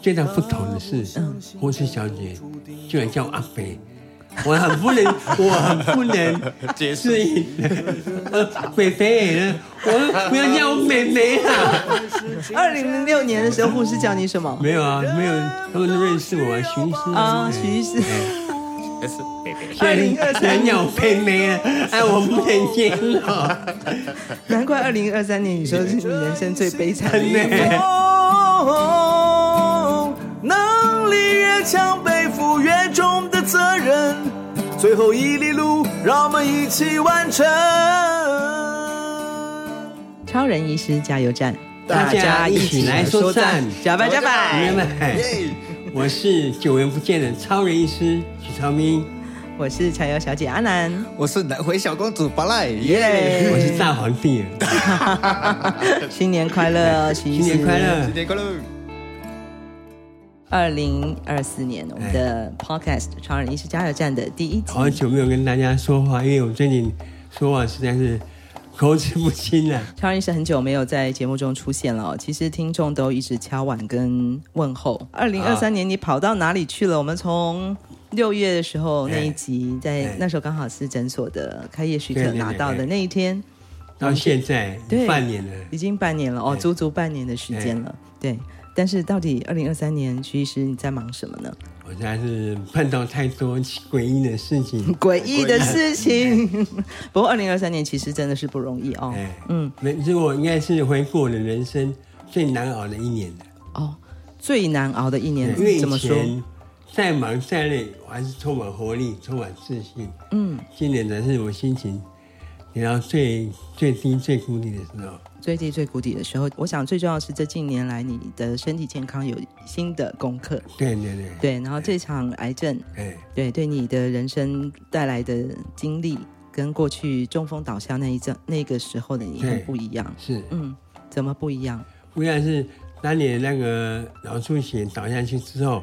最大不同的是，护士小姐居然叫我阿肥，我很不 能，我很不能结束适应。呃，肥肥呢？我不要叫我美美啊！ 二零零六年的时候，护士叫你什 么？没有啊，没有，他们认识我啊，徐医师啊徐医师 哎但是北北现在2023现在叫我妹妹了，哎，我不能接了，难怪二零二三年你说是你人生最悲惨的一真年。的。哦，能力越强，背负越重的责任。最后一里路，让我们一起完成。超人医师加油站，大家一起来说赞加白加朋友白，们，我是久闻不见的超人医师许超明，我是柴油小姐阿南，我是南回小公主巴赖，耶！耶我是大皇帝，啊新年快乐，徐 医新师，年快！乐新！年快乐！二零二四年我们的哎 podcast《超人医师加油站》的第一集，好久没有跟大家说话，因为我最近说话实在是口齿不清啊了、超人医师很久没有在节目中出现了哦，其实听众都一直敲碗跟问候。二零二啊三年你跑到哪里去了？我们从六月的时候那一集，在哎那时候刚好是诊所的开业许对可对对拿到的对那一天，到现在嗯对半年了，已经半年了哦，对足足半年的时间了。哎对，但是到底二零二三年，徐医师你在忙什么呢？，我实在是碰到太多诡异的事情诡异的事情。 不过二零二三年其实真的是不容易哦。哎，嗯，没，这我应该是回顾我的人生最难熬的一年了。哦，最难熬的一年因为嗯怎么以说？前再忙再累，我还是充满活力，充满自信。嗯，今年才是我心情跌到最最低、最谷底的时候。最低最谷底的时候，我想最重要的是这近年来你的身体健康有新的功课。对对对，对，然后这场癌症，哎，对对你的人生带来的经历，跟过去中风倒下那一阵那个时候的你很对不一样。是，嗯，怎么不一样？不然是当你那个脑出血倒下去之后，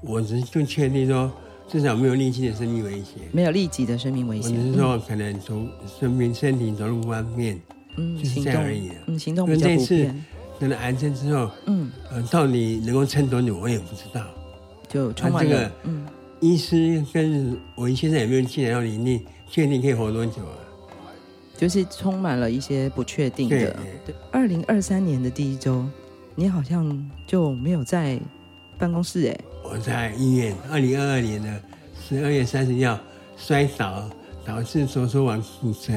我只是就确定说，至少没有立即的生命危险。没有立即的生命危我险只，是说，可能从生病、身体走路不方便，嗯，就是行这动样而已啊，嗯，行动因为比较这普次遍，得了癌症之后，嗯，呃，到底能够撑多久，我也不知道。就充啊满这个了，嗯，医师跟我先生有没有进到你你确定可以活多久啊？就是充满了一些不确定的对。对，二零二三年的第一周，你好像就没有在办公室哎，我在医院，二零二二年的十二月三十号摔倒，导致左手腕骨折，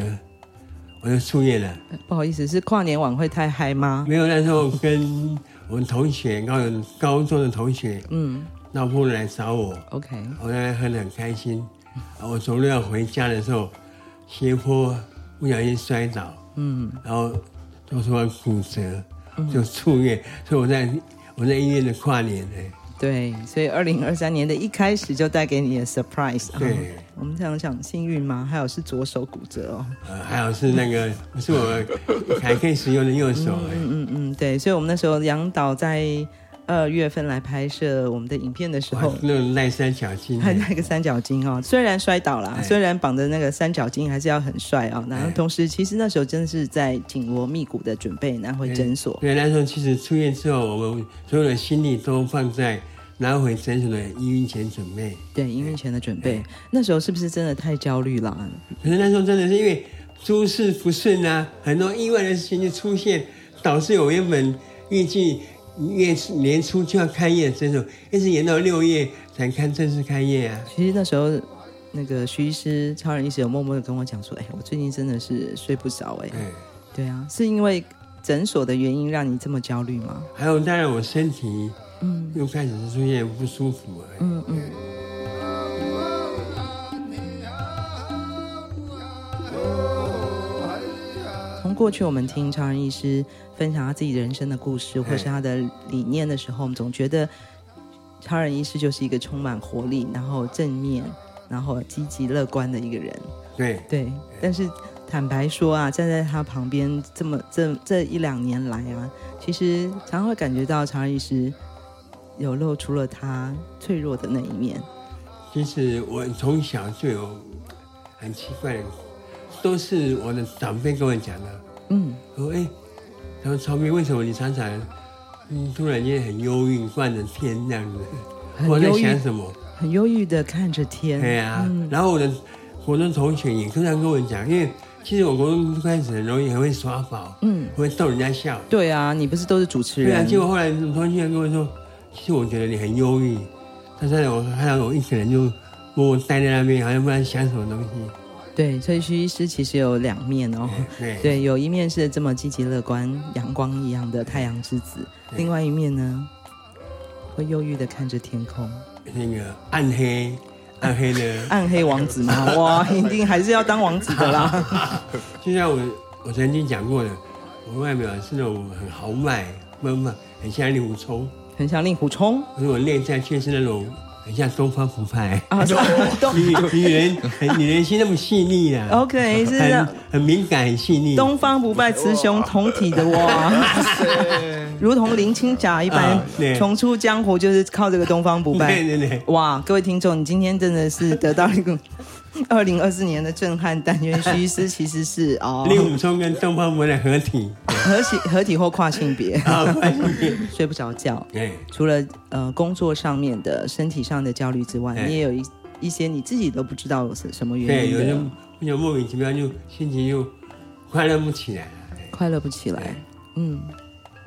我就出院了。不好意思，是跨年晚会太嗨吗？没有那时候跟我们同学，高高中的同学，嗯闹不来找我， ，OK，我那喝得很开心。啊我走路要回家的时候，斜坡不小心摔倒，嗯，然后左手腕骨折，就出院。所以我在我在医院的跨年呢、对，所以二零二三年的一开始就带给你的 surprise。对嗯我们想想幸运吗？还有是左手骨折哦。呃，还有是那个不是我还可以使用的右手、哎，嗯嗯，对，所以我们那时候杨导在二月份来拍摄我们的影片的时哇候，那种耐三角筋、还哎戴个三角巾哦，虽然摔倒啦，哎虽然绑的那个三角巾还是要很帅哦。然后哎同时，其实那时候真的是在紧锣密鼓的准备南回诊所。哎对，那时候其实出院之后，我们所有的心力都放在拿回诊所的医院前准备。对，因为前的准哎备，那时候是不是真的太焦虑了啊？可是那时候真的是因为诸事不顺啊，很多意外的事情就出现，导致我原本预计月年初就要开业的诊所，一直延到六月才看正式开业啊。其实那时候，那个徐医师、超人医师有默默的跟我讲说：“哎，我最近真的是睡不着哎。嗯，对啊，是因为诊所的原因让你这么焦虑吗？还有当然我身体又开始出现不舒服啊。嗯嗯。从过去我们听超人医师分享他自己人生的故事，或是他的理念的时候，我们总觉得超人医师就是一个充满活力，然后正面，然后积极乐观的一个人。对，对，但是坦白说啊，站在他旁边这么这这一两年来啊，其实常常会感觉到常医师有露出了他脆弱的那一面。其实我从小就有很奇怪的，都是我的长辈跟我讲的。嗯，我说：“哎、他说：“超明，为什么你常常嗯，突然间很忧郁，望着天这样子，很我在忧郁想什么？很忧郁的看着天。对呀、嗯然后我的国中同学也经常跟我讲，因为其实我国中开始很容易很会耍宝，嗯会逗人家笑。对啊，你不是都是主持对啊，人？结果后来同学跟我说，其实我觉得你很忧郁，但是我看到我一个人就默默待在那边，好像不知道想什么东西。对，所以徐医师其实有两面哦。对 对，有一面是这么积极乐观、阳光一样的太阳之子，另外一面呢，会忧郁的看着天空，那个暗 黑，暗黑的，暗黑王子 嘛，哇，一定还是要当王子的啦。就像我我曾经讲过的，我外表是那种很豪迈、闷闷，很像令狐冲，很像令狐冲可是我内在却是那种很像东方不 败。 啊，是吧东女女人很女人心那么细腻啊 OK 是很的很敏感、很细腻。东方不败，雌雄同体的哇， 如同林青霞一般啊对，重出江湖就是靠这个东方不败。对对对哇，各位听众，你今天真的是得到一个 二零二四年的震撼但原徐医师其实是哦，令狐冲跟东方不败合 体，合体合体或跨性别，啊，关系 睡不着觉。对除了呃工作上面的、身体上的焦虑之外，对你也有一一些你自己都不知道是什么原哎对，因有的人就莫名其妙就心情就快乐不起来了。对快乐不起来对。嗯，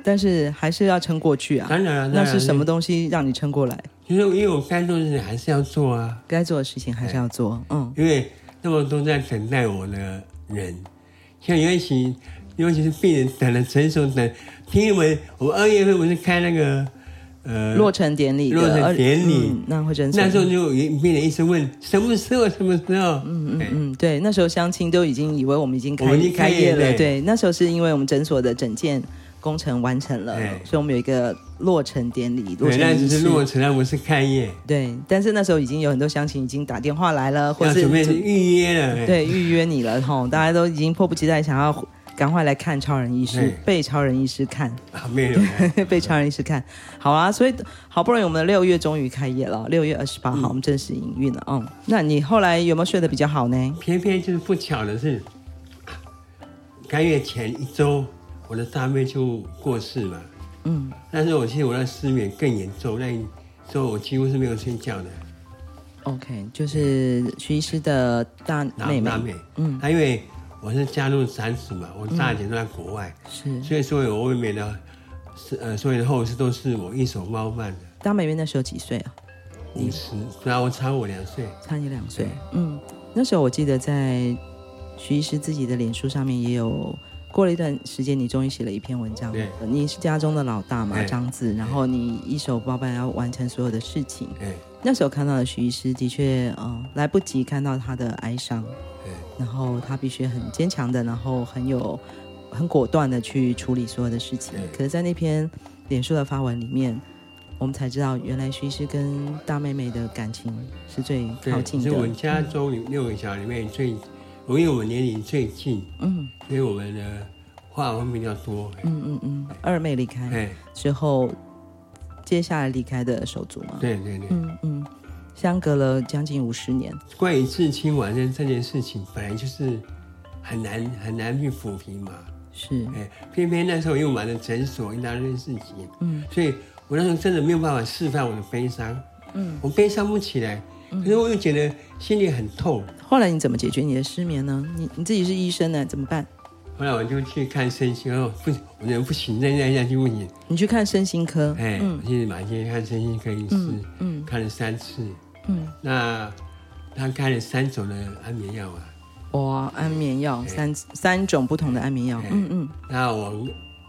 但是还是要撑过去啊。当然啊当那然是什么东西让你撑过来？就是因为我该做的事还是要做啊，该做的事情还是要做。嗯，因为那么多在等待我的人，像尤其尤其是病人等了成熟等，听闻我们二月份不是开那个呃落成典礼的，落成典礼嗯那会诊所那时候就有病人一直问什么时候什么时候，嗯嗯嗯，对，那时候相亲都已经以为我们已经开我们已经开业业了。对对，那时候是因为我们诊所的整件工程完成了对，所以我们有一个落成典礼，落对，那成只仪是式。落成，那不是开业，对，但是那时候已经有很多乡亲已经打电话来了，或要是准备预约了，哎，对预约你了吼，大家都已经迫不及待想要赶快来看超人医师对，被超人医师看。啊没 有，哎 被超人医师看好啊，所以好不容易我们的六月终于开业了，六月二十八嗯号、我们正式营运了。嗯，那你后来有没有睡得比较好呢？偏偏就是不巧的是，开业前一周我的大妹就过世嘛，嗯，但是我其实我的失眠更严重，那一周我几乎是没有睡觉的， OK，就是徐医师的大大妹妹，大妹，嗯，她因为我是加入散组嘛，我大姐都在国外，是所以所有我妹妹的，是呃所有的后事都是我一手包办的。大妹妹那时候几岁啊？五十，然后差我两岁。差你两岁。嗯，那时候我记得在徐医师自己的脸书上面也有。过了一段时间，你终于写了一篇文章对。你是家中的老大嘛，对长子，然后你一手包办要完成所有的事情。哎，那时候看到的徐医师的确，呃，来不及看到他的哀伤，对然后他必须很坚强的，然后很有很果断的去处理所有的事情对。可是，在那篇脸书的发文里面，我们才知道，原来徐医师跟大妹妹的感情是最靠对，近是我们的。家中里六个小孩里面最，我因为我们年龄最近，嗯所以我们的话会比较多。嗯嗯嗯，二妹离开哎，之后，接下来离开的手足嘛，对对对。嗯嗯，相隔了将近五十年。关于至亲晚生这件事情，本来就是很难很难去抚平嘛。是，哎，偏偏那时候又忙着诊所一大堆事情，嗯所以我那时候真的没有办法释放我的悲伤，嗯。我悲伤不起来。可是我又觉得心里很痛，后来你怎么解决你的失眠呢？你你自己是医生呢，怎么办？后来我就去看身心，哦，不，我人不行，再这样下去不行。你去看身心科。哎，我去马街看身心科医师，嗯看了三次。嗯，那他开了三种的安眠药啊。哇，安眠药三三种不同的安眠药哎。嗯嗯那我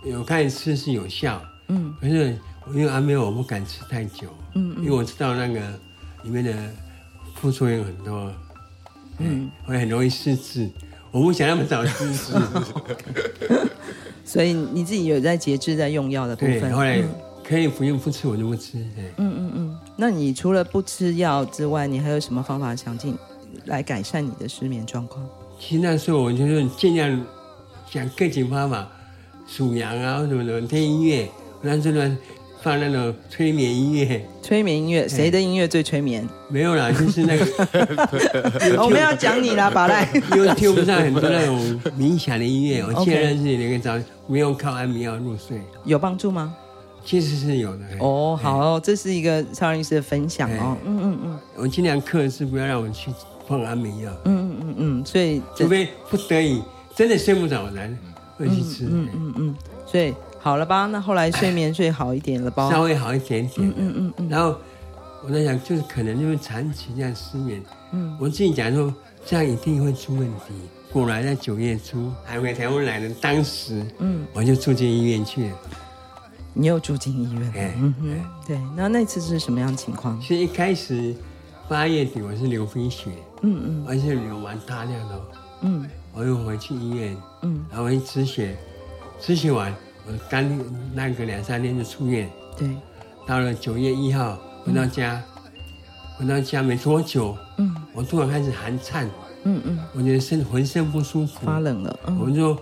有看一次是有效，嗯可是我因为安眠药我不敢吃太久，嗯因为我知道那个里面的副作用很多，嗯，会很容易失智。我不想那么早失 智，所以你自己有在节制在用药的部对。分。后来嗯可以不用不吃我就不吃，哎。嗯嗯。那你除了不吃药之外，你还有什么方法想进来改善你的失眠状况？其实那时候我就是尽量想各种方法，数羊啊或什么的，听音乐，然后就乱放那种催眠音乐，催眠音乐，谁的音乐最催眠？没有啦， 就是那个哦 我们要讲你啦，巴赖。 YouTube 上很多那种冥想的音乐，我 OK 现在认识你可以找不用靠安眠药入睡，有帮助吗？其实是有的。哎哦，好哦这是一个超人医师的分享哦哎，嗯嗯嗯我尽量克制，不要让我去碰安眠药，嗯嗯嗯，所以这除非不得已真的睡不着难会去吃，嗯嗯嗯，所以好了吧？那后来睡眠睡好一点了吧 哎？稍微好一点点。哦嗯嗯嗯然后我在想，就是可能就是长期这样失眠，嗯，我自己讲说这样一定会出问题。果然在九月初还回台湾来的，当时嗯，我就住进医院去了。你又住进医院了哎，嗯哼，对。那那次是什么样的情况？所以一开始八月底我是流鼻血，嗯而且流完大量的，嗯嗯我又回去医院，嗯，然后一止血，止血完我刚那个两三天就出院，对，到了九月一号回到家，回到家没多久，嗯我突然开始寒颤。嗯嗯，我觉得身浑身不舒服，发冷了，我嗯，们就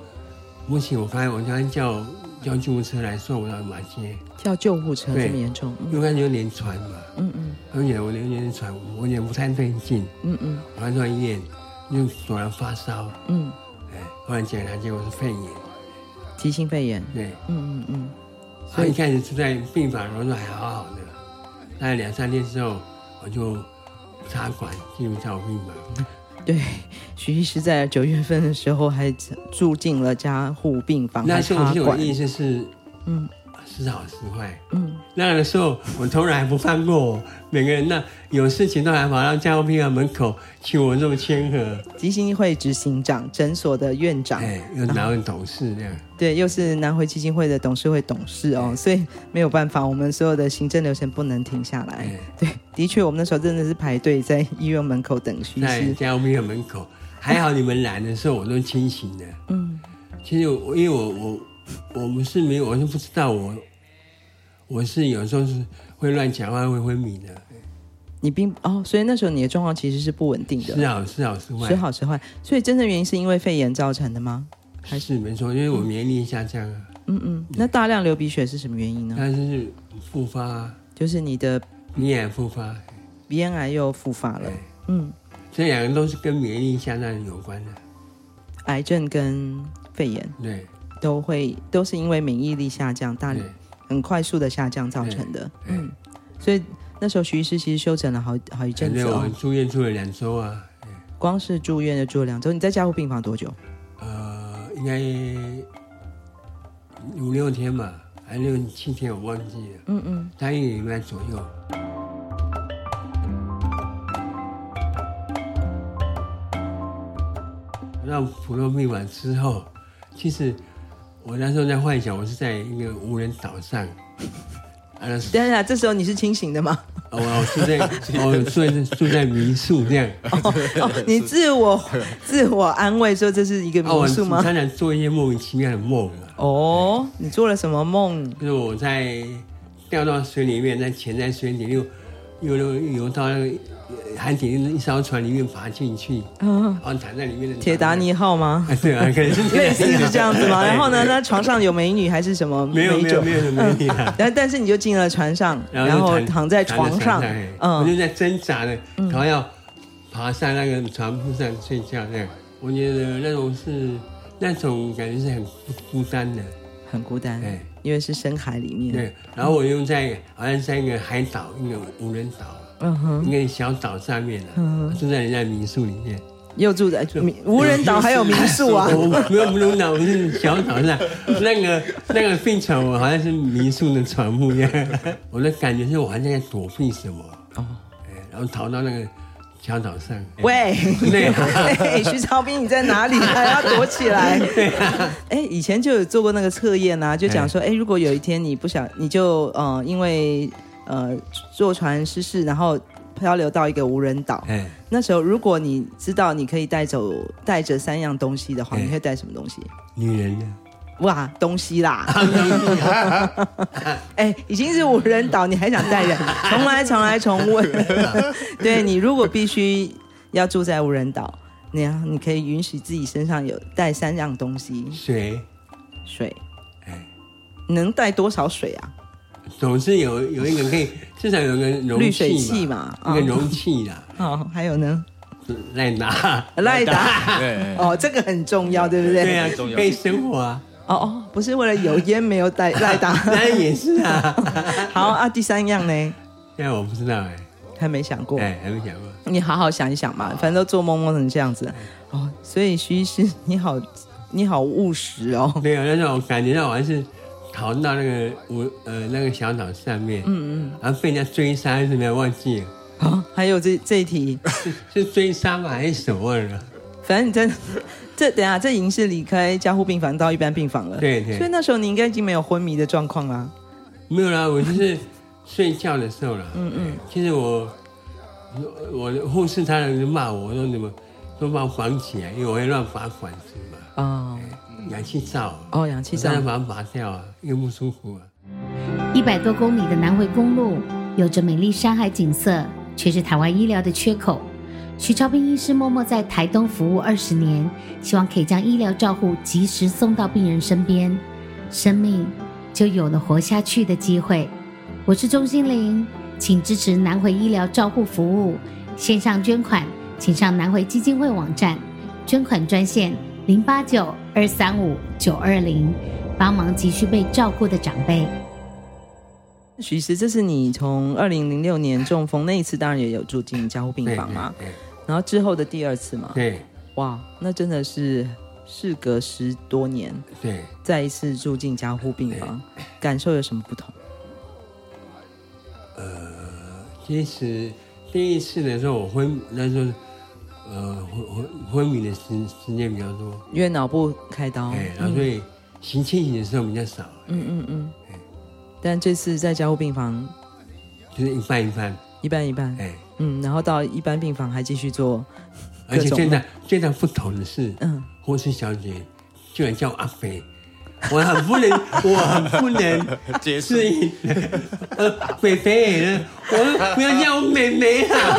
母亲，我刚才我刚才叫叫救护车来送我到马街，叫救护车对这么严重？嗯因为刚才有点喘嘛，嗯嗯而且我有点喘，我有点不太对劲，嗯嗯我还到医院，又突然发烧，嗯，哎，后来检查结果是肺炎，急性肺炎。对，嗯嗯嗯所以一开始住在病房，然后说还好好的，大概两三天之后，我就插管进入到病房，，对，徐医师在九月份的时候还住进了加护病房，那还时候插我记得我管的。意思是嗯是好是坏。嗯，那个时候，我同仁还不放过我，每个人那有事情都还跑到加护病房门口请我做签合，急性会执行长诊所的院长，哎，又拿问董事这样，对，又是南回基金会的董事会董事哦，所以没有办法，我们所有的行政流程不能停下来哎。对，的确，我们那时候真的是排队在医院门口等徐医在师。加护病房门口，还好你们来的时候我都清醒的。嗯其实我因为我我我们是没有，我是不知道我我是有时候是会乱讲话会昏迷的，你并哦，所以那时候你的状况其实是不稳定的，是好是好是时坏，好时坏。所以真的原因是因为肺炎造成的吗？还是没错，因为我免疫力下降啊，嗯嗯，那大量流鼻血是什么原因呢？但是复发啊，就是你的你也复发，鼻咽癌又复发了哎，嗯，这两个都是跟免疫力下降有关的，癌症跟肺炎对。都会都是因为免疫力下降，大对很快速的下降造成的，对啊嗯，所以那时候徐医师其实休整了好好一阵反子正我哦，住院住了两周啊，光是住院就住了两周，你在加护病房 多久？呃，应该五六天吧，还六七天，我忘记了，嗯嗯，大概一个礼拜左右。那普罗病房之后，其实我那时候在幻想，我是在一个无人岛上，啊，那是等一下，这时候你是清醒的吗？啊我我住 在我住在住在民宿这样。哦，你自 我自我安慰说这是一个啊，我哦民宿吗？常常做一些莫名其妙的梦啊，哦，你做了什么梦？就是我在掉到水里面，在潜在水底又又又游到那个呃海底一艘船里面爬进去，啊，然后躺在里面的铁达尼 号吗？啊，对啊，可能是铁达尼类似 是这样子吗？哎然后呢，那床上有美女还是什么 没美有没有酒？没有没有没有。然 后但是你就进了船上，然就后躺在床躺上在床，我嗯就在挣扎的，然后要爬上那个床铺上睡觉这样。我觉得那种是那种感觉是很孤孤单的，很孤单哎，因为是深海里面，对。然后我又在好像在一个海岛，一个无人岛，嗯哼，一个小岛上面嗯啊，住在人家民宿里面。又住在民无人岛，还有民宿啊，我没有无人岛，我是小岛上那个那个病床，我好像是民宿的床铺一样。我的感觉是我好像在躲避什么，哦哎，然后逃到那个小岛上。喂，对 啊嘿徐超斌，你在哪里？还要躲起来？哎，以前就有做过那个测验啊，就讲说，哎，如果有一天你不想，你就呃，因为呃坐船失事，然后漂流到一个无人岛，哎，那时候如果你知道你可以带走带着三样东西的话，嗯你会带什么东西？女人呢？哇，东西啦！哎、已经是无人岛，你还想带人？重来，重来，重问。对你，如果必须要住在无人岛，你要你可以允许自己身上有带三样东西：水。水，哎，能带多少水啊？总是有有一个可以，至少有个容器嘛滤水器嘛一个嗯容器啦，哦，还有呢，赖拿赖达。对， 哦，这个很重要，对不对？对啊重，要可以生活啊。哦哦，不是为了有烟没有带赖打。当然也是啊。 好啊，第三样呢，但我不知道哎、还没想过。哎，还没讲过。你好好想一想啊嘛，反正都做梦梦成这样子哦。所以徐医师，你好， 你好务实哦。没有，但是我感觉到我还是逃到那个我呃那个小岛上面，嗯嗯，然后被人家追杀，是没有忘记了， 好、哦还有这这一题，是追杀吗？还是什么了？反正你真这等一下这已经是离开加护病房到一般病房了。对对所以那时候你应该已经没有昏迷的状况啦。没有啦，我就是睡觉的时候啦。嗯嗯，其实我我我护士他人就骂我，说你们都把我绑起来，因为我会乱拔管子嘛，哦氧气罩，啊哦，氧气罩我当然把它拔掉啊，又不舒服啊。一百多公里的南回公路，有着美丽山海景色，却是台湾医疗的缺口。徐超斌医师默默在台东服务二十年，希望可以将医疗照护及时送到病人身边，生命就有了活下去的机会。我是钟心玲，请支持南回医疗照护服务线上捐款，请上南回基金会网站，捐款专线零八九二三五九二零，帮忙急需被照顾的长辈。徐医师，这是你从二零零六年中风那一次，当然也有住进加护病对房嘛，对然后之后的第二次嘛，对哇，那真的是事隔十多年，对，再一次住进加护病房，感受有什么不同？其实第一次的时候我昏，那时候呃昏昏昏迷的时时间比较多，因为脑部开刀，哎、然后所以行清醒的时候比较少，嗯嗯嗯，但这次在加护病房就是一半一半，一半一半，哎、嗯，然后到一般病房还继续做，而且各种最大最大不同的是，嗯，护士小姐居然叫我阿肥，我很不能， 我很不能接受适应。呃，肥肥呢？我不要叫我美美啊！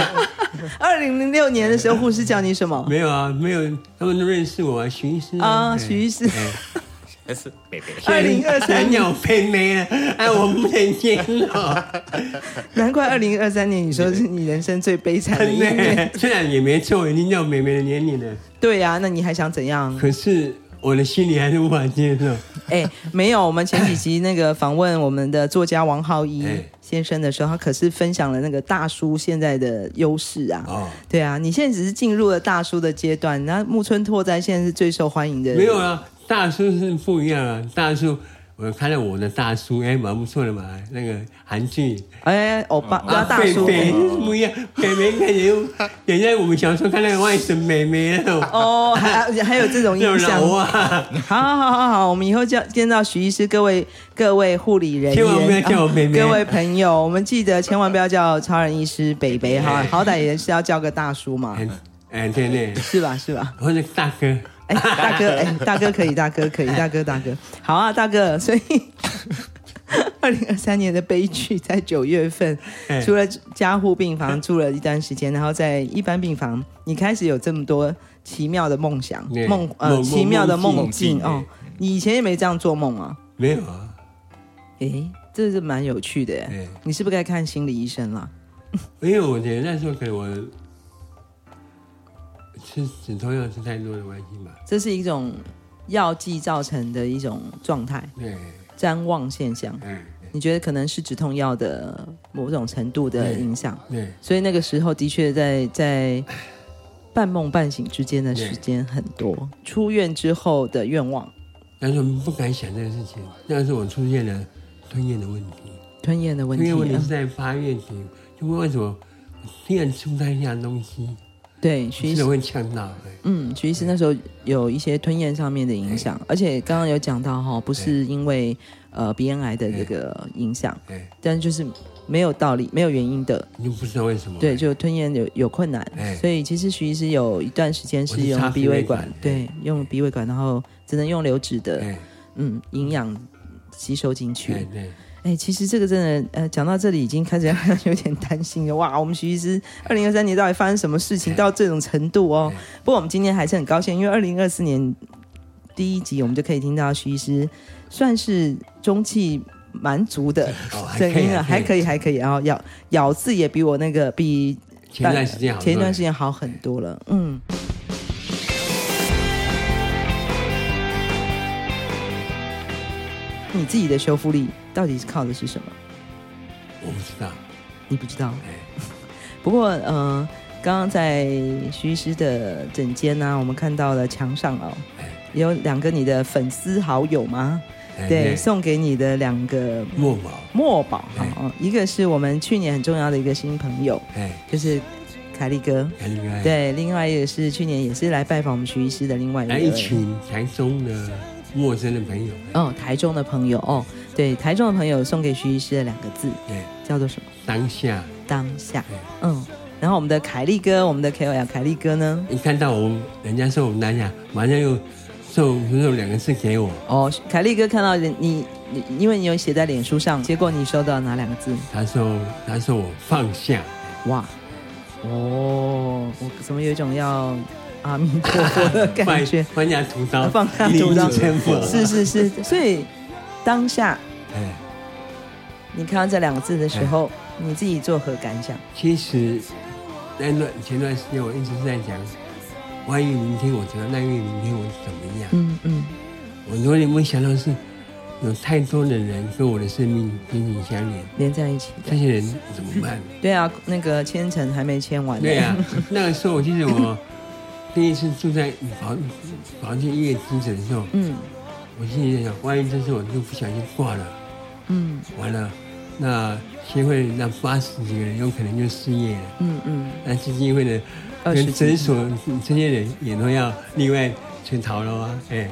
二零零六年的时候，护士叫你什么？没有啊，没有，他们都认识我啊，哎徐医师啊徐医师哎还是妹妹。 2023三 鸟肥美了，哎，我不能接受。难怪二零二三年你说是你人生最悲惨的一年。对，虽然也没错，已经到美美的年龄了，对呀、那你还想怎样？可是我的心里还是无法接受。 哎，没有，我们前几集那个访问我们的作家王浩一哎先生的时候，他可是分享了那个大叔现在的优势啊。哦对啊，你现在只是进入了大叔的阶段，那木村拓哉现在是最受欢迎的。没有啊，大叔是不一样啊，大叔。我看到我的大叔，哎，蛮不错的嘛。那个韩剧哎，欧巴，对啊，大叔。对对不一样，妹妹感觉又，人家我们小时候看那个外省妹妹那种，哦，还还有这种那印种象，啊老啊，好好好好好，我们以后叫见到许医师，各位各位护理人员， 千万不要叫我妹妹啊各位朋友，我们记得千万不要叫超人医师北 北哈，好歹也是要叫个大叔嘛，哎哎对对，是吧是吧？或者大哥，哎，大哥，哎，大哥可以，大哥可以，大哥大哥，好啊，大哥，所以。 二零二三年的悲剧在九月份，哎除了加护病房住了一段时间，然后在一般病房，你开始有这么多奇妙的梦想、对梦呃哎梦奇妙的梦梦境境哎哦。你以前也没这样做梦啊？没有啊，诶，这是蛮有趣的耶对。你是不是该看心理医生了？因为我觉得那时候可能我吃止痛药吃太多的关系嘛，这是一种药剂造成的一种状态，对，谵妄现象。嗯，你觉得可能是止痛药的某种程度的影响，对，所以那个时候的确在在半梦半醒之间的时间很多。出院之后的愿望，但是我们不敢想这个事情，那是我出现了吞咽的问题，吞咽的问吞题，啊咽问题是在八月底，就问为什么我突然吃不太下东西，对，徐医吃了师，会呛到，哎嗯，徐医师那时候有一些吞咽上面的影响，而且刚刚有讲到哈，不是因为呃鼻咽癌的这个影响，哎，但就是没有道理、没有原因的，你就不知道为什么，对，就吞咽有有困难，哎所以其实徐医师有一段时间是我是插用鼻胃管，哎鼻胃对，用鼻胃管，然后只能用流质的，哎，嗯，营养吸收进去。对对。哎、其实这个真的，呃，讲到这里已经开始 让人有点担心了。哇，我们徐医师二零二三年到底发生什么事情到这种程度哦？不过我们今天还是很高兴，因为二零二四年第一集我们就可以听到徐医师算是中气蛮足的哦还可声以音了，还还可可以，还可以。然后咬咬字也比我那个比前段时间好多了前一段时间好很多了。嗯，你自己的修复力到底是靠的是什么？我不知道，你不知道。哎， 不过，呃，刚刚在徐医师的诊间呢、我们看到了墙上哦哎，有两个你的粉丝好友吗？哎对，送给你的两个墨宝，墨宝哈哎，哦一个是我们去年很重要的一个新朋友，哎，就是凯利哥。很可爱，对，另外一个是去年也是来拜访我们徐医师的另外一来个哎一群台中的陌生的朋友，哦，台中的朋友哦，对，台中的朋友送给徐医师的两个字对，叫做什么？当下当下对。嗯，然后我们的凯利哥，我们的 KOL 凯利哥呢？一看到我，人家说我们当下，马上又送送两个字给我，哦，凯利哥看到人你，你因为你有写在脸书上，结果你收到哪两个字？他说他说我放下，哇，哦，我怎么有一种要阿弥陀佛的感放觉？放下屠刀，放下屠刀立地成佛，是是是，所以当下哎。你看到这两个字的时候，你自己作何感想？其实那段前段时间我一直在讲，万一明天我怎么样，那一明天我怎么样？嗯嗯，我永远没想到是有太多的人跟我的生命紧紧相连，连在一起的这。些人怎么办？对啊，那个千层还没签完。对啊， 那个时候我记得我第一次住在保保健医院急诊的时候，嗯我心里在想，万一这次我就不小心挂了，嗯完了，那协会那八十几个人有可能就失业了。嗯嗯，那基金会呢，二十跟几诊所这些人也都要另外去讨论啊，哎，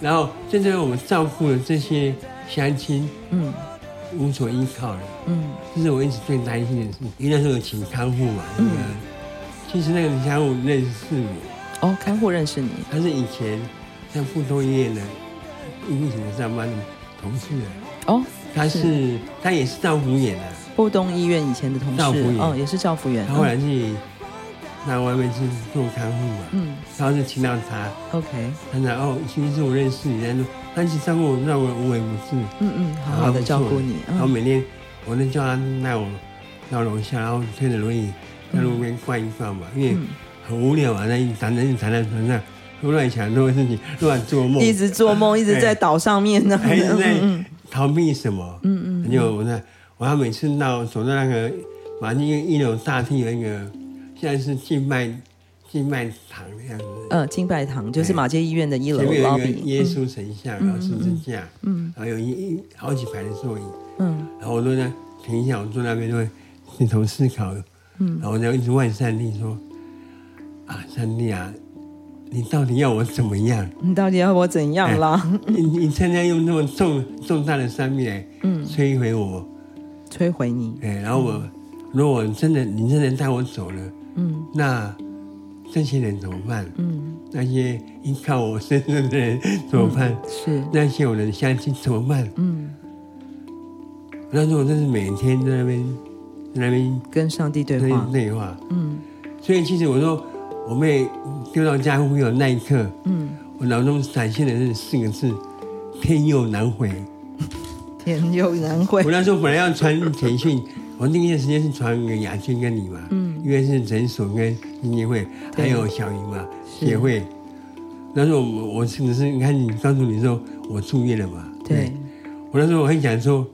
然后现在我们照顾了这些乡亲，嗯无所依靠了，嗯这是我一直最担心的事。因为那时候有请看护嘛，嗯那个、其实那个看护认识我，哦，看护认识你他是以前在普通医院的医生上班的同事啊，哦，他是他也是照顾演的、布东医院以前的同事，照护员哦，也是照护员。他后来去那外面去做看护嘛，嗯然后就请到他。 ，OK，他然后其实我认识你，但是但是照顾我让我无微不至，嗯嗯，好好的照顾你。然后嗯每天我都叫他带我到楼下，然后推着轮椅在路边逛一逛嘛，因为很无聊嘛，在一躺在一躺在床上，都乱想很多事情，乱做梦，一直做梦，一直在岛上面呢。还是在嗯逃避什么？嗯嗯，就我那我还每次到走到那个马上一楼大厅有一个，现在是静脉静脉堂的样子。呃，金拜堂就是马街医院的一楼前面有一个 lobby。耶稣神像，然后十字架，嗯，然后有一一好几排的座椅，嗯，然后我都在停一下，我坐那边就会低头思考，嗯，然后我就一直问上帝说：“啊，上帝啊，你到底要我怎么样？你到底要我怎样啦？你你现在用那么重重大的生命来嗯摧毁我，摧毁你。哎，然后我如果真的你真的带我走了，嗯那这些人怎么办？嗯，那些依靠我身上的人怎么办？”是，那些我的乡亲怎么办？嗯，那时候我真是每天在那边，在那边跟上帝在对那话边。对话。嗯所以其实我说，我被丢到家护有那一刻，嗯，我脑中闪现的是四个字：天佑难回。天佑难会我。那时候本来要传简讯， 我定的时间是传给雅君跟你嘛，嗯，因为是诊所跟基金会，对还有小云嘛协会。那时候我我甚至是看你告诉你说我住院了嘛，对，我那时候我很想说，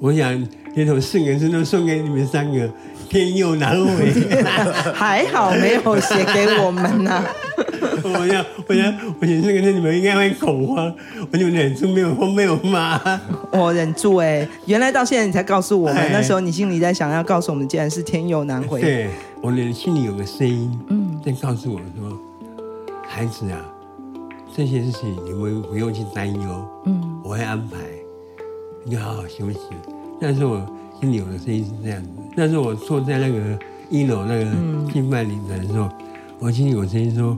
我想连头四个字都送给你们三个，天佑难回。 还好没有写给我们啊 呐、我想，我想，我想这个字你们应该会恐慌，我你们忍住没有我没有骂。我忍住哎、原来到现在你才告诉我们哎，那时候你心里在想要告诉我们，竟然是天佑难回。对，我的心里有个声音，嗯，在告诉我说，孩子啊，这些事情你们不用去担忧，嗯，我会安排，你就好好休息。那时候我心里有的声音是这样子。那时候我坐在那个一楼那个静脉里的时候，我心里有声音说，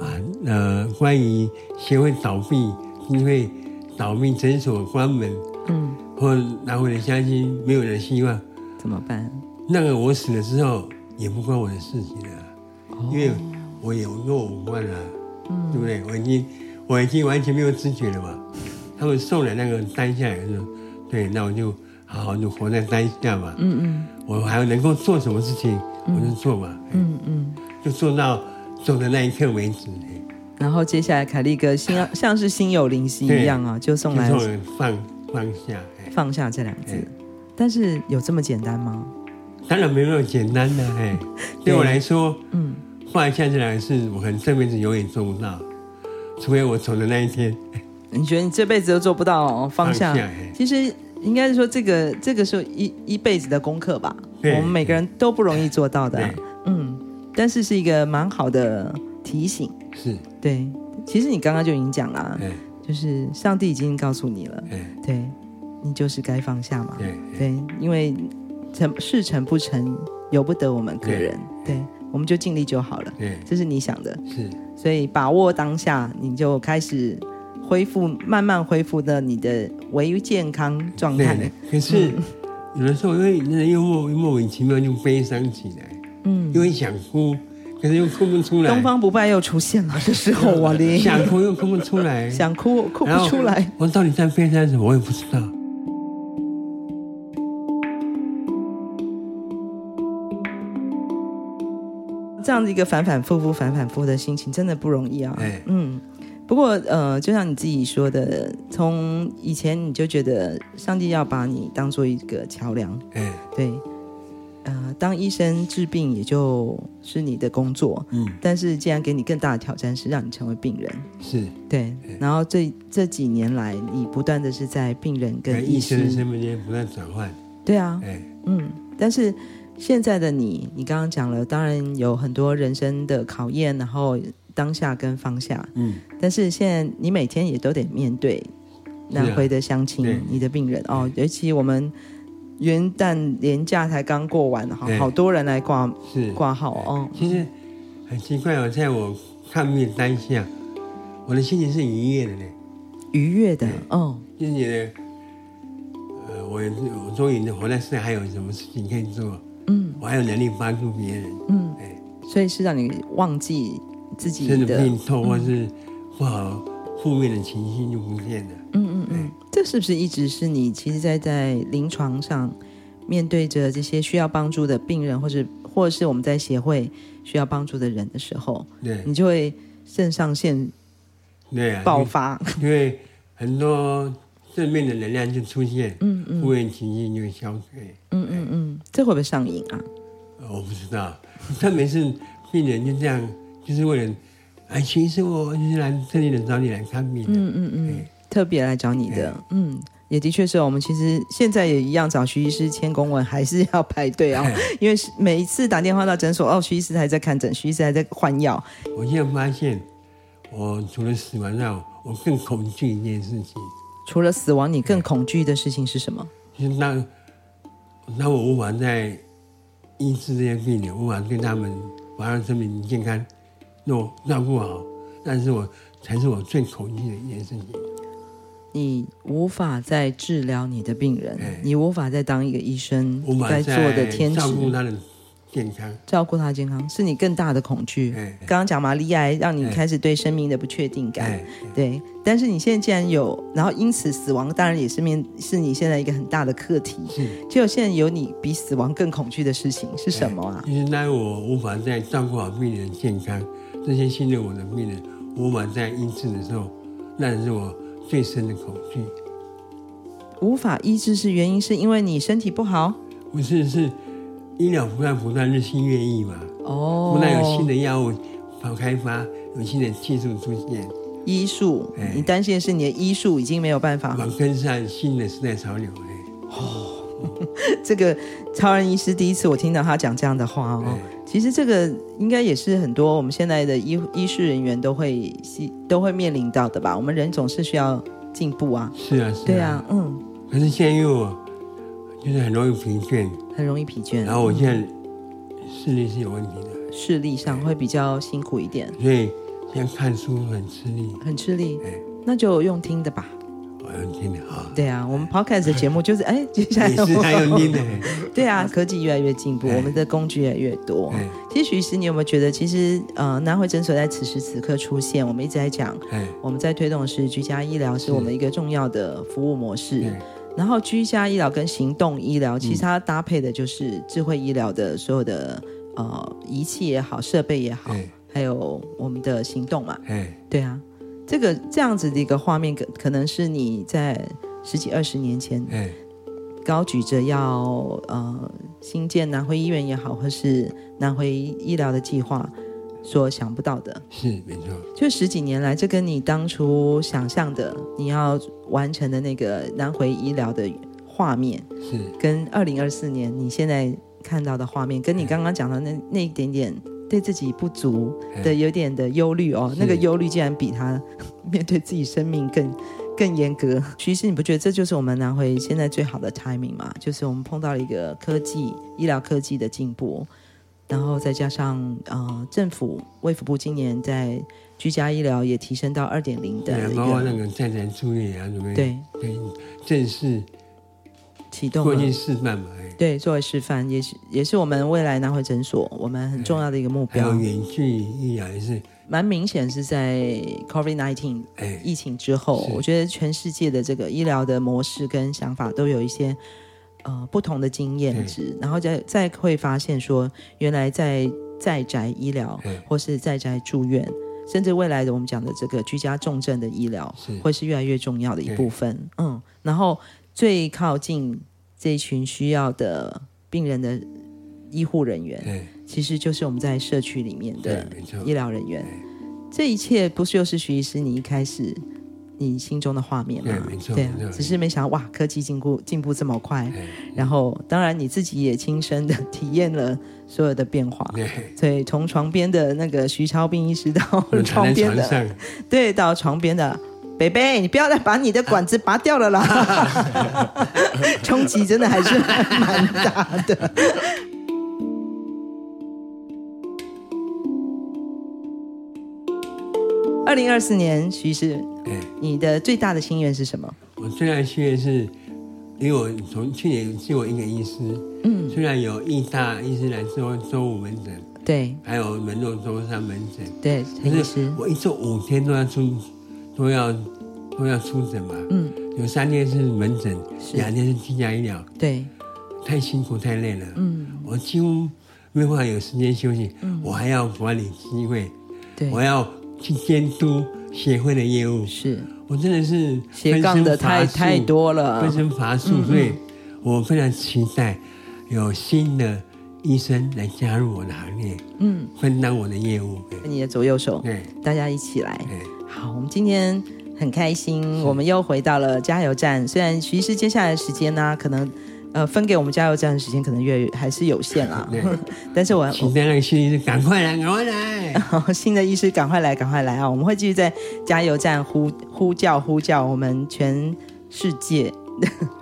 啊，呃，关于协会倒闭、因为倒闭、诊所关门，嗯，或拿回的相亲没有人希望。怎么办？那个我死了之后也不关我的事情了，哦因为我也跟我无关了，啊嗯对不对？我已经我已经完全没有知觉了嘛。他们送了那个当下来说，对，那我就好好就活在当下嘛。嗯嗯，我还能够做什么嗯事情，我就做嘛。嗯嗯，就做到走的那一刻为止。然后接下来凯利哥心像是心有灵犀一样啊，就送来就送人放放下，哎，放下这两个字哎。但是有这么简单吗？当然没那么简单的、哎，对我来说，嗯，放下这两个字，我可能这辈子永远做不到，除非我走的那一天。你觉得你这辈子都做不到哦放下放下哎？其实应该是说这个这个是一一辈子的功课吧。我对们每个人都不容易做到的啊、对嗯，但是是一个蛮好的提醒。是，对，其实你刚刚就已经讲了啊，哎就是上帝已经告诉你了，哎，对你就是该放下嘛。对对，因为成事成不成，由不得我们个人。对，我们就尽力就好了。对这是你想的，是，所以把握当下，你就开始恢复，慢慢恢复的你的微健康状对态的。。可是嗯有的时候，因为人又莫莫名其妙就悲伤起来，嗯，因为想哭，可是又哭不出来东，方不败又出现了的时候，我林想哭又哭不出来， 想哭哭不出来。。我到底在悲伤什么，我也不知道。这样的一个反反复复、反反复复的心情，真的不容易啊。哎嗯，不过呃，就像你自己说的，从以前你就觉得上帝要把你当做一个桥梁，哎，对，呃，当医生治病也就是你的工作，嗯，但是既然给你更大的挑战是让你成为病人，是对，然后这这几年来，你不断的是在病人跟跟医医生的师，身份间不断转换。对啊，哎，嗯，但是现在的你，你刚刚讲了，当然有很多人生的考验，然后当下跟放下，嗯，但是现在你每天也都得面对南回的乡亲、啊对你的病人哦，尤其我们元旦连假才刚过完哈，对好多人来挂是。挂号哦，其实很奇怪哦，在我看病当下，我的心情是愉悦的呢。愉悦的对哦，就是觉得，呃，我我终于活在世，还有什么事情可以做？嗯我还有能力帮助别人，嗯，哎，所以是让你忘记自己真的的，病痛或是不好负面的情绪就不见了。嗯嗯嗯，这是不是一直是你其实在在临床上面对着这些需要帮助的病人，或是或是我们在协会需要帮助的人的时候，你对就会肾上腺对啊，爆发，因为因为很多正面的能量就出现，嗯嗯负面情绪就消退。嗯嗯嗯，这会不会上瘾啊？呃我不知道，他每次病人就这样，就是为了，哎，其实我就是来特地的找你来看病的。嗯嗯嗯哎，特别来找你的，嗯，也的确是我们其实现在也一样找徐医师签公文，还是要排队啊、哎因为是每一次打电话到诊所，哦，徐医师还在看诊，徐医师还在换药，我现在发现，我除了死亡外，我更恐惧一件事情，除了死亡，你更恐惧的事情是什么？就是当当我无法在医治这些病人，无法对他们保障生命健康若照顾好，但是我才是我最恐惧的一件事情。你无法再治疗你的病人，哎你无法再当一个医生无法该做的天职，照顾他的健康，照顾他的健康，是你更大的恐惧。哎刚刚讲玛丽癌，让你哎开始对生命的不确定感，哎，对。但是你现在既然有，然后因此死亡，当然也是面是你现在一个很大的课题。是结果现在有你比死亡更恐惧的事情是什么啊？就是当我无法在照顾好病人的健康，这些信任我的病人无法在医治的时候，那是我最深的恐惧。无法医治是原因是因为你身体不好不是是医疗不断不断日新月异嘛，哦不断有新的药物好开发，有新的技术出现，医术，哎你担心的是你的医术已经没有办法要跟上新的时代潮流。哎，这个超人医师第一次我听到他讲这样的话哦哎，其实这个应该也是很多我们现在的医医师人员都会都会面临到的吧？我们人总是需要进步啊，是啊，是对啊，嗯，可是现在因为我就是很容易疲倦，很容易疲倦，嗯然后我现在视力是有问题的，视力上会比较辛苦一点，所以现在看书很吃力。很吃力哎，那就用听的吧。我要听的啊，对啊，我们 podcast 的节目就 是哎，接下来也是还有听 的。哎对啊，科技越来越进步，哎我们的工具越来越多哎。其实徐医师，你有没有觉得，其实呃，南回诊所在此时此刻出现，我们一直在讲，哎，我们在推动的是居家医疗，是我们一个重要的服务模式对。然后居家医疗跟行动医疗，其实它搭配的就是智慧医疗的所有的呃仪器也好，设备也好对，还有我们的行动嘛。哎，对啊，这个这样子的一个画面，可可能是你在十几二十年前哎，高举着要呃新建南回医院也好，或是南回医疗的计划所想不到的。是没错，就十几年来，这跟你当初想象的你要完成的那个南回医疗的画面，是跟二零二四年你现在看到的画面，跟你刚刚讲的那那一点点对自己不足的有点的忧虑哦，那个忧虑竟然比他 面对自己生命更更严格。其实你不觉得这就是我们南回现在最好的 timing 吗？就是我们碰到了一个科技医疗科技的进步，然后再加上呃政府卫福部今年在居家医疗也提升到二点零对啊的，一包括那个个战展助力啊，准备对对哎正式启动过了去示范嘛，哎，对，作为示范，也是也是我们未来南回诊所我们很重要的一个目还标有。远距离医疗也是，蛮明显是在 COVID 19哎疫情之后，是我觉得全世界的这个医疗的模式跟想法都有一些呃不同的经验值，然后再再会发现说，原来在在宅医疗对或是在宅住院，甚至未来的我们讲的这个居家重症的医疗是，会是越来越重要的一对部分。嗯，然后最靠近这一群需要的病人的医护人员，哎，其实就是我们在社区里面对的，没错，医疗人员。这一切不是又是徐医师你一开始你心中的画面吗？对没错啊没错，只是没想到哇，科技进步进步这么快，哎，然后当然你自己也亲身的体验了所有的变化。 对，所以从床边的那个徐超斌医师到躺床在边床的，上，对，到床边的北北，你不要再把你的管子拔掉了啦， 冲击真的还是蛮大的。二零二四年，徐医师，哎。你的最大的心愿是什么？我最大的心愿是，因为我从去年是我一个医师，嗯，虽然有义大医师来做周五门诊，对还有门诺周三门诊，对，陈医就师是，我一周五天都要出，都要都要出诊嘛，嗯，有三天是门诊，两天是居家医疗，对太辛苦太累了，嗯，我几乎没办法有时间休息，嗯，我还要管理机会，对我要去监督协会的业务，是我真的是斜杠的太分身乏术太多了嗯分，身乏术，所以我非常期待有新的医生来加入我的行列，嗯，分担我的业务。你的左右手，对大家一起来。对，好，我们今天很开心，我们又回到了加油站。虽然徐医师接下来的时间呢、可能呃分给我们加油站的时间可能越还是有限啦对， 但是我期待那个新医生赶快来，赶快 来。我新的医师赶快来，赶快来啊！我们会继续在加油站呼呼叫呼叫我们全世界。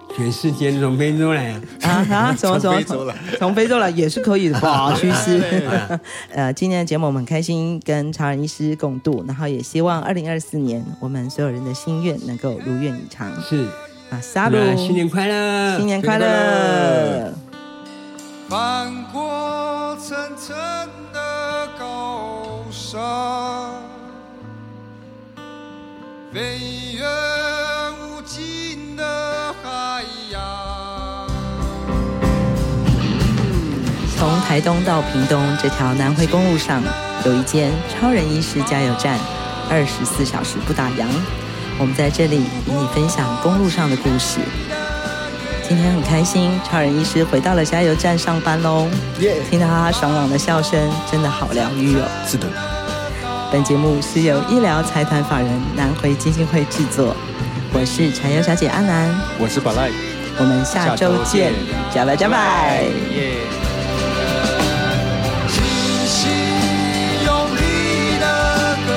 全世界从非洲来啊！啊啊！什么什么？非洲来从非洲来也是可以的吧？徐医师对，呃，今天的节目我们很开心跟常仁医师共度，然后也希望二零二四年我们所有人的心愿能够如愿以偿。是，啊，沙鲁，那新年快乐！新年新年快快乐！翻过层层的高山，飞越无尽的海洋。从台东到屏东这条南回公路上，有一间超人医师加油站，二十四小时不打烊。我们在这里与你分享公路上的故事。今天很开心，超人医师回到了加油站上班喽。耶听到他爽朗的笑声，真的好疗愈哦。是的，本节目是由医疗财团法人南回基金会制作，我是柴油小姐阿南，我是宝赖，我们下周下周见见，加拜加拜。耶。清晰有力的歌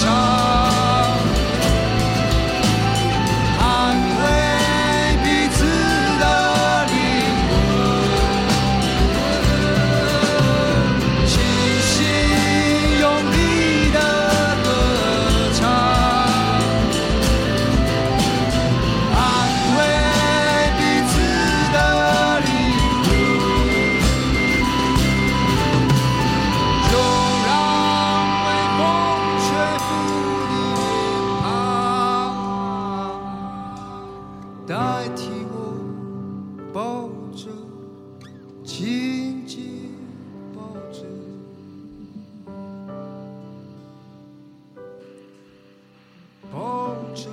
唱，安慰彼此的灵魂。清晰有力的歌唱，安慰彼此的灵魂。就让微风吹拂你脸庞，代替我抱着，紧紧抱着。嗯住。